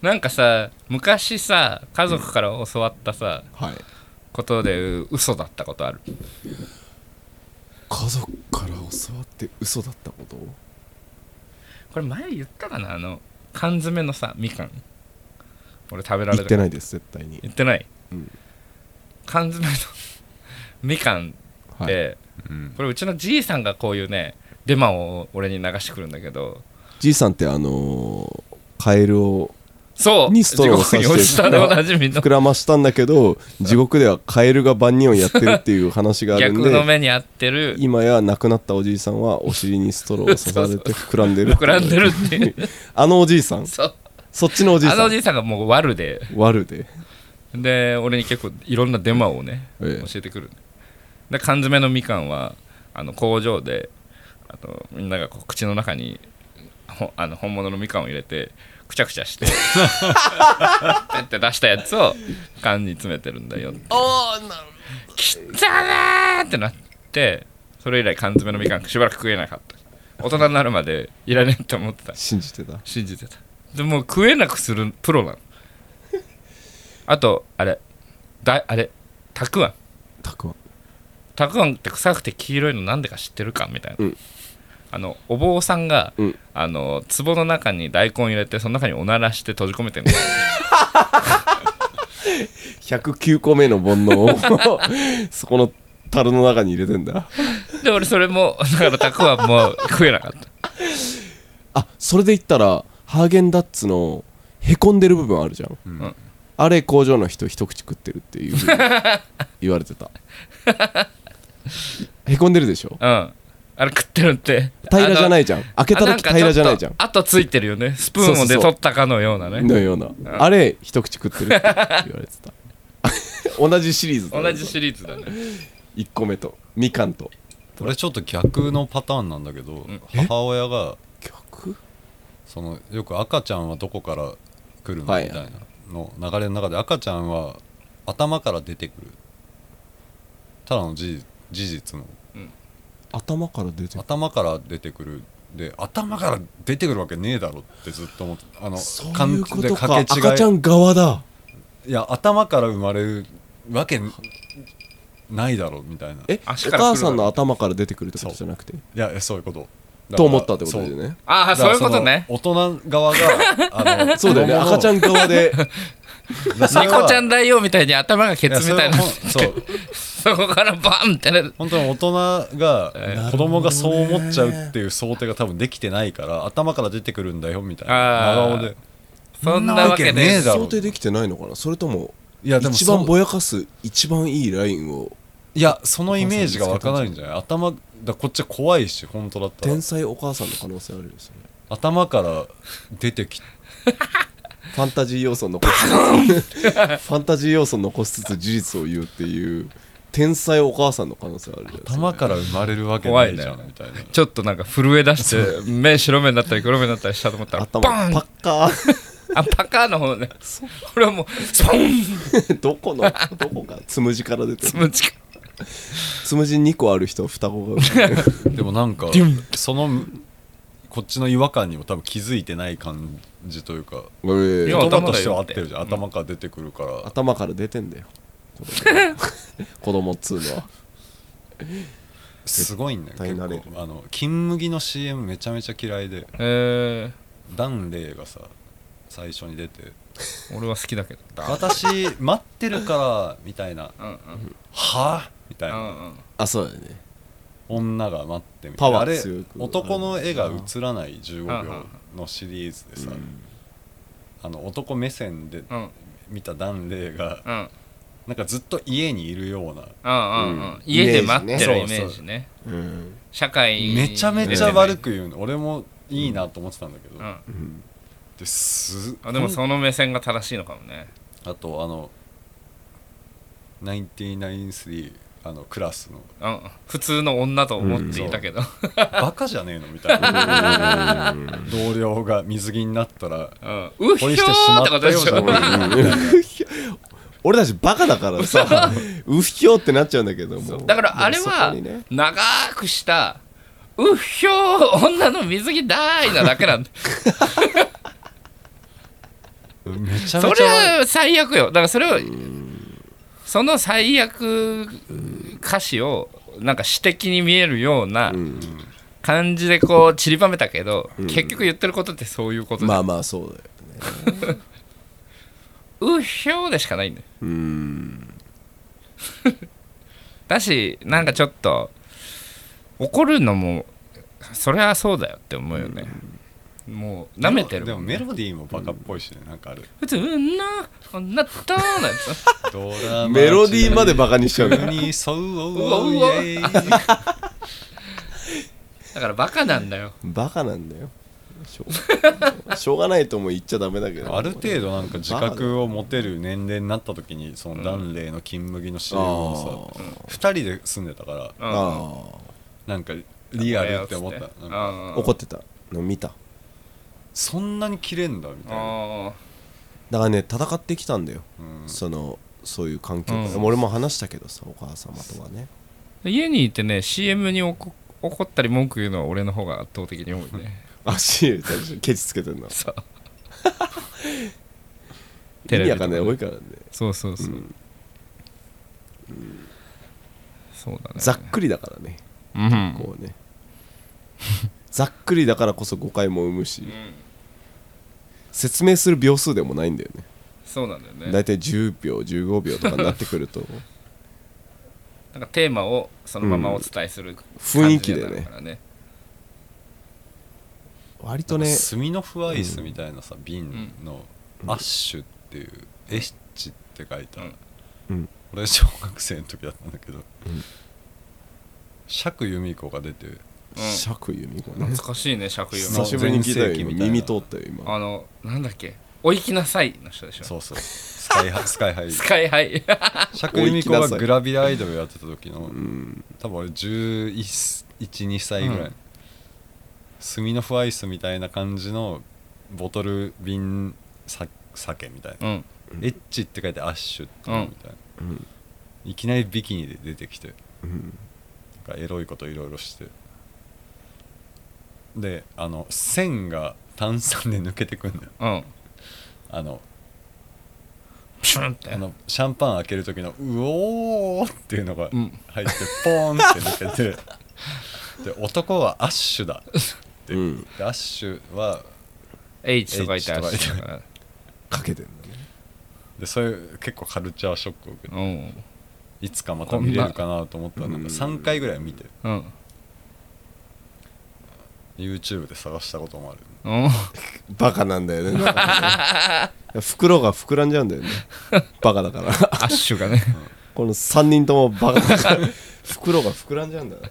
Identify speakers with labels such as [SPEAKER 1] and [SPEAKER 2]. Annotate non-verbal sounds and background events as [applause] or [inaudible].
[SPEAKER 1] なんかさ昔さ家族から教わったさ、
[SPEAKER 2] はい
[SPEAKER 1] ことでう嘘だったことある
[SPEAKER 2] 家族から教わって嘘だったこと
[SPEAKER 1] これ前言ったかなあの缶詰のさみかん俺食べられ
[SPEAKER 2] 言って
[SPEAKER 1] い
[SPEAKER 2] ないです絶対に
[SPEAKER 1] 言ってない、
[SPEAKER 2] うん
[SPEAKER 1] 缶詰の [laughs] みかんっ
[SPEAKER 2] はい
[SPEAKER 1] て、
[SPEAKER 3] うん
[SPEAKER 1] これうちのじいさんがこういうねデマを俺に流してくるんだけど
[SPEAKER 2] じいさんってあのーカエルを
[SPEAKER 1] そう
[SPEAKER 2] にストローを
[SPEAKER 1] 地獄
[SPEAKER 2] 刺
[SPEAKER 1] に
[SPEAKER 2] して
[SPEAKER 1] 落ちたでおなじみ
[SPEAKER 2] [laughs]
[SPEAKER 1] の
[SPEAKER 2] 膨らましたんだけど地獄ではカエルが万人をやってるっていう話があるん
[SPEAKER 1] 逆の
[SPEAKER 2] で
[SPEAKER 1] 目に合ってる
[SPEAKER 2] 今や亡くなったおじいさんはお尻にストロ
[SPEAKER 1] [laughs]
[SPEAKER 2] ーを刺されて膨らんでる
[SPEAKER 1] 膨らんでるって
[SPEAKER 2] [laughs]
[SPEAKER 1] いう
[SPEAKER 2] あのおじいさん
[SPEAKER 1] そう
[SPEAKER 2] そっちのおじい
[SPEAKER 1] あの
[SPEAKER 2] さ
[SPEAKER 1] お
[SPEAKER 2] ん
[SPEAKER 1] じいさんがもう悪で
[SPEAKER 2] 悪で
[SPEAKER 1] で俺に結構いろんなデマをね、
[SPEAKER 2] ええ
[SPEAKER 1] 教えてくるで缶詰のみかんはあの工場であとみんながこう口の中にほあの本物のみかんを入れてくちゃくちゃしてペッて出したやつを缶に詰めてるんだよおおなるきったねーってなってそれ以来缶詰のみかんしばらく食えなかった大人になるまでいらねえって思ってた
[SPEAKER 2] 信じてた
[SPEAKER 1] 信じてたでもう食えなくするプロなのあとあれだあれたくあん
[SPEAKER 2] たくあん
[SPEAKER 1] たくあんって臭くて黄色いのなんでか知ってるかみたいな、
[SPEAKER 2] うん
[SPEAKER 1] あのお坊さんが、
[SPEAKER 2] うん
[SPEAKER 1] あの壺の中に大根入れてその中におならして閉じ込めてるの
[SPEAKER 2] 109個目の煩悩を [laughs] そこの樽の中に入れてんだ
[SPEAKER 1] で俺それもだからたくあんも食えなかった
[SPEAKER 2] あそれで言ったらハーゲンダッツのへこんでる部分あるじゃん、
[SPEAKER 3] ん
[SPEAKER 2] あれ工場の人一口食ってるっていうふうに言われてたへこんでるでしょ
[SPEAKER 1] うんあれ食ってるって
[SPEAKER 2] 平らじゃないいじゃん開けた時平らじゃないじゃん
[SPEAKER 1] あとついてるよねスプーンをで
[SPEAKER 2] そうそうそう
[SPEAKER 1] 取ったかのようなね
[SPEAKER 2] のような、あれ一口食ってるって言われてた同じシリーズだね
[SPEAKER 1] 同じシリーズだね
[SPEAKER 2] 1個目とみかんと
[SPEAKER 3] これちょっと逆のパターンなんだけど、母親が
[SPEAKER 2] 曲
[SPEAKER 3] そのよく赤ちゃんはどこから来るのみ
[SPEAKER 2] は
[SPEAKER 3] た
[SPEAKER 2] い
[SPEAKER 3] いなの流れの中で赤ちゃんは頭から出てくるただの事事実の
[SPEAKER 2] 頭から出てくる
[SPEAKER 3] 頭から出てくるで頭から出てくるわけねえだろってずっと思ってあの
[SPEAKER 2] そういうこ
[SPEAKER 3] で
[SPEAKER 2] とか
[SPEAKER 3] 掛け違い
[SPEAKER 2] 赤ちゃん側だ
[SPEAKER 3] いや頭から生まれるわけないだろみたいな
[SPEAKER 2] えお
[SPEAKER 1] 足から来るわ
[SPEAKER 2] 母さんの頭から出てくるってことじゃなくて
[SPEAKER 3] いやそういうことだから
[SPEAKER 2] と思ったってことでね
[SPEAKER 1] ああ
[SPEAKER 3] だか
[SPEAKER 1] そう
[SPEAKER 3] ら
[SPEAKER 1] いうことね
[SPEAKER 3] その大人側があ
[SPEAKER 2] [laughs]
[SPEAKER 3] の
[SPEAKER 2] そうだよね赤ちゃ
[SPEAKER 3] ん
[SPEAKER 2] ん側で
[SPEAKER 1] 猫ちゃん大王みたいに頭がケツみたいな
[SPEAKER 3] そう
[SPEAKER 1] そこからバンってね
[SPEAKER 3] 本当に大人が
[SPEAKER 1] え
[SPEAKER 2] ー
[SPEAKER 3] 子供がそう思っちゃうっていう想定が多分できてないから頭から出てくるんだよみたいな
[SPEAKER 1] あー
[SPEAKER 3] 真顔で
[SPEAKER 1] そんなわけ
[SPEAKER 3] ね
[SPEAKER 1] ね
[SPEAKER 3] えだろ
[SPEAKER 2] 想定できてないのかなそれとも
[SPEAKER 3] いやでも
[SPEAKER 2] 一
[SPEAKER 3] そ
[SPEAKER 2] 番
[SPEAKER 3] う
[SPEAKER 2] ぼやかす一番いいラインを
[SPEAKER 3] いやそのイメージが湧かないんじゃない頭だこっちは怖いし本当だったら
[SPEAKER 2] 天才お母さんの可能性あるですよね
[SPEAKER 3] 頭から出てき
[SPEAKER 2] ファンタジー要素を残しつつファンタジー要素を残しつつ事実を言うっていう天才お母さんの可能性あるじゃないですか
[SPEAKER 3] 頭から生まれるわけないじゃんみたいな
[SPEAKER 1] ちょっとなんか震え出して目白目になったり黒目になったりしたと思ったらバ
[SPEAKER 2] 頭
[SPEAKER 1] ーン
[SPEAKER 2] パッカー [laughs]
[SPEAKER 1] あパカーの方ね俺はもうスポン
[SPEAKER 2] どこのどこかつむじから出て
[SPEAKER 1] つ
[SPEAKER 2] る
[SPEAKER 1] むじか
[SPEAKER 2] つむじ2個ある人は双子が生まれる
[SPEAKER 3] でもなんかそのこっちの違和感にも多分気づいてない感じというか
[SPEAKER 2] 俺
[SPEAKER 1] いや
[SPEAKER 3] 言葉
[SPEAKER 1] 頭
[SPEAKER 3] と
[SPEAKER 1] だよ
[SPEAKER 3] しては合ってるじゃん
[SPEAKER 1] って
[SPEAKER 3] 頭から出てくるから
[SPEAKER 2] 頭から出てんだよ子供子供っつうのは
[SPEAKER 3] すごいんだよ
[SPEAKER 2] 絶対
[SPEAKER 3] 結
[SPEAKER 2] なれる
[SPEAKER 3] 構あの金麦の CM めちゃめちゃ嫌いで
[SPEAKER 1] え
[SPEAKER 3] ダンレイがさ最初に出て
[SPEAKER 1] ー、俺は好きだけど
[SPEAKER 3] 「私待ってるから」みたいな
[SPEAKER 1] うんうん
[SPEAKER 3] 「はあ?」みたいな
[SPEAKER 1] うんうん
[SPEAKER 2] あそうだよね
[SPEAKER 3] 女が待ってみ
[SPEAKER 2] パ
[SPEAKER 3] たいな
[SPEAKER 2] ワー
[SPEAKER 3] あれ
[SPEAKER 2] 強く
[SPEAKER 3] 男の絵が映らない15秒のシリーズでさあの男目線で
[SPEAKER 1] うん
[SPEAKER 3] 見た男霊が
[SPEAKER 1] うん
[SPEAKER 3] なんかずっと家にいるような
[SPEAKER 1] うんうんう
[SPEAKER 2] うん
[SPEAKER 1] ん家で待ってる
[SPEAKER 3] イメー
[SPEAKER 1] イ
[SPEAKER 3] ジ
[SPEAKER 1] メ
[SPEAKER 3] ね
[SPEAKER 1] ージね
[SPEAKER 2] うん
[SPEAKER 1] 社会
[SPEAKER 3] めちゃめちゃ悪く言うの俺もいいなと思ってたんだけど
[SPEAKER 1] うん
[SPEAKER 2] うん
[SPEAKER 3] です
[SPEAKER 1] あでもその目線が正しいのかもね
[SPEAKER 3] あとあの993あのクラス
[SPEAKER 1] う
[SPEAKER 3] の
[SPEAKER 1] ん普通の女と思っていたけど
[SPEAKER 3] バカじゃねえのみたい
[SPEAKER 2] [laughs]
[SPEAKER 3] な同僚が水着になったら
[SPEAKER 1] うんうひょ
[SPEAKER 3] 恋してし
[SPEAKER 1] ー
[SPEAKER 3] ま
[SPEAKER 1] っ
[SPEAKER 3] ってた
[SPEAKER 1] こと
[SPEAKER 3] よ
[SPEAKER 1] でし
[SPEAKER 3] じゃ
[SPEAKER 1] ょ
[SPEAKER 3] ん
[SPEAKER 2] 俺たちバカだからさうひょーってなっちゃうんだけども
[SPEAKER 1] だからあれは
[SPEAKER 2] でもそこにね
[SPEAKER 1] 長くした「うっひょー女の水着だーい」なだけなんだ
[SPEAKER 3] めちゃ
[SPEAKER 1] そ
[SPEAKER 3] めち
[SPEAKER 1] れ
[SPEAKER 3] ゃ
[SPEAKER 1] は最悪よだからそれをその最悪歌詞をなんか詩的に見えるような感じでこう散りばめたけど、結局言ってることってそういうことじゃん
[SPEAKER 2] まあまあそうだよ
[SPEAKER 1] うひょーでしかないんだよ
[SPEAKER 2] うん
[SPEAKER 1] だしなんかちょっと怒るのもそりゃそうだよって思うよね、もう舐めてる
[SPEAKER 3] でも
[SPEAKER 1] ん
[SPEAKER 3] メ
[SPEAKER 1] ね
[SPEAKER 3] ロディーもバカっぽいしねなんかある
[SPEAKER 1] 普通な女とのやつ
[SPEAKER 3] ドラマ
[SPEAKER 2] メロディーまでバカにしちゃうの
[SPEAKER 3] 急にそうお
[SPEAKER 1] うわう
[SPEAKER 3] う
[SPEAKER 1] わ
[SPEAKER 3] イエイ
[SPEAKER 1] だからバカなんだよ
[SPEAKER 2] バカなんだよしょうしょうがないとも言っちゃダメだけど
[SPEAKER 3] ある程度なんか自覚を持てる年齢になった時にその檀れいの金麦の CM をさ2人で住んでたか
[SPEAKER 1] う
[SPEAKER 3] ら
[SPEAKER 1] ん
[SPEAKER 2] あ
[SPEAKER 3] なんかリアルって思ったなんか
[SPEAKER 2] あ怒ってたの見た
[SPEAKER 3] そんなに切れんだみたいな
[SPEAKER 1] あ
[SPEAKER 2] だからね戦ってきたんだよ、
[SPEAKER 3] うん
[SPEAKER 2] そのそういう環境、
[SPEAKER 1] うん
[SPEAKER 2] 俺も話したけどさお母様とはね
[SPEAKER 1] ー家にいてね CM に怒怒ったり文句言うのは俺の方が圧倒的に多いね
[SPEAKER 2] 足 [laughs] ケチつけてんの
[SPEAKER 1] そう
[SPEAKER 2] 意
[SPEAKER 1] テレ
[SPEAKER 2] 味
[SPEAKER 1] ビ
[SPEAKER 2] わ
[SPEAKER 1] と
[SPEAKER 2] か
[SPEAKER 1] か
[SPEAKER 2] ん
[SPEAKER 1] ね
[SPEAKER 2] ない多いからね
[SPEAKER 1] そうそうそう、
[SPEAKER 2] うん
[SPEAKER 1] そうだね
[SPEAKER 2] ざっくりだからね
[SPEAKER 1] うん
[SPEAKER 2] こうねざっくりだからこそ誤解も生むし
[SPEAKER 1] うん
[SPEAKER 2] 説明する秒数でもないんだよね
[SPEAKER 1] そうなんだよね
[SPEAKER 2] 大体10秒15秒とかになってくると [laughs]
[SPEAKER 1] なんかテーマをそのままお伝えする
[SPEAKER 2] 雰囲気でね
[SPEAKER 1] 感じになるからね
[SPEAKER 2] 割と
[SPEAKER 3] 炭
[SPEAKER 2] ね
[SPEAKER 3] のフアイスみたいなさ瓶のアッシュっていうエッチって書いた
[SPEAKER 1] うん
[SPEAKER 2] うん
[SPEAKER 3] 俺小学生の時だったんだけど釈由美子が出て
[SPEAKER 1] う
[SPEAKER 2] 釈由美子
[SPEAKER 1] ん、
[SPEAKER 2] ね
[SPEAKER 1] 懐かしいね借用
[SPEAKER 2] 久しぶりに聞いたよ
[SPEAKER 3] 全盛期
[SPEAKER 2] 今
[SPEAKER 3] みたいな
[SPEAKER 2] 耳通ったよ今
[SPEAKER 1] あのなんだっけ「お行きなさい」の人でしょ
[SPEAKER 3] そうそうスカイハイスカイハイ
[SPEAKER 1] スカイハイ
[SPEAKER 3] 釈由美子がグラビアアイドルやってた時の多分俺1112歳ぐらい、
[SPEAKER 1] うん
[SPEAKER 3] 炭のフアイスみたいな感じのボトル瓶さ酒みたいな、
[SPEAKER 1] うん
[SPEAKER 3] エッチって書いてアッシュっていうみたいな、
[SPEAKER 2] うん
[SPEAKER 3] いきなりビキニで出てきて
[SPEAKER 2] うん
[SPEAKER 3] なんかエロいこといろいろしてであの線が炭酸で抜けて
[SPEAKER 1] [laughs]
[SPEAKER 3] くんだよ
[SPEAKER 1] うん
[SPEAKER 3] あの
[SPEAKER 1] ピシュンって
[SPEAKER 3] あのシャンパン開ける時の「うおー」っていうのが
[SPEAKER 1] うん
[SPEAKER 3] 入ってポーンって抜けてで男はアッシュだって、
[SPEAKER 2] うん
[SPEAKER 3] でアッシュは
[SPEAKER 1] H と書いてある
[SPEAKER 3] H と書い
[SPEAKER 1] してだから
[SPEAKER 2] かけてんだね
[SPEAKER 3] でそういう結構カルチャーショックを受けて
[SPEAKER 1] うん
[SPEAKER 3] いつかまた見れるかなと思ったらなんか3回ぐらい見て
[SPEAKER 1] うん
[SPEAKER 3] YouTube で探したこともある
[SPEAKER 1] うん [laughs]
[SPEAKER 2] バカなんだよねなんかね [laughs] 袋が膨らんじゃうんだよねバカだから
[SPEAKER 1] アッシュがね
[SPEAKER 2] この3人ともバカだから袋が膨らんじゃうんだよな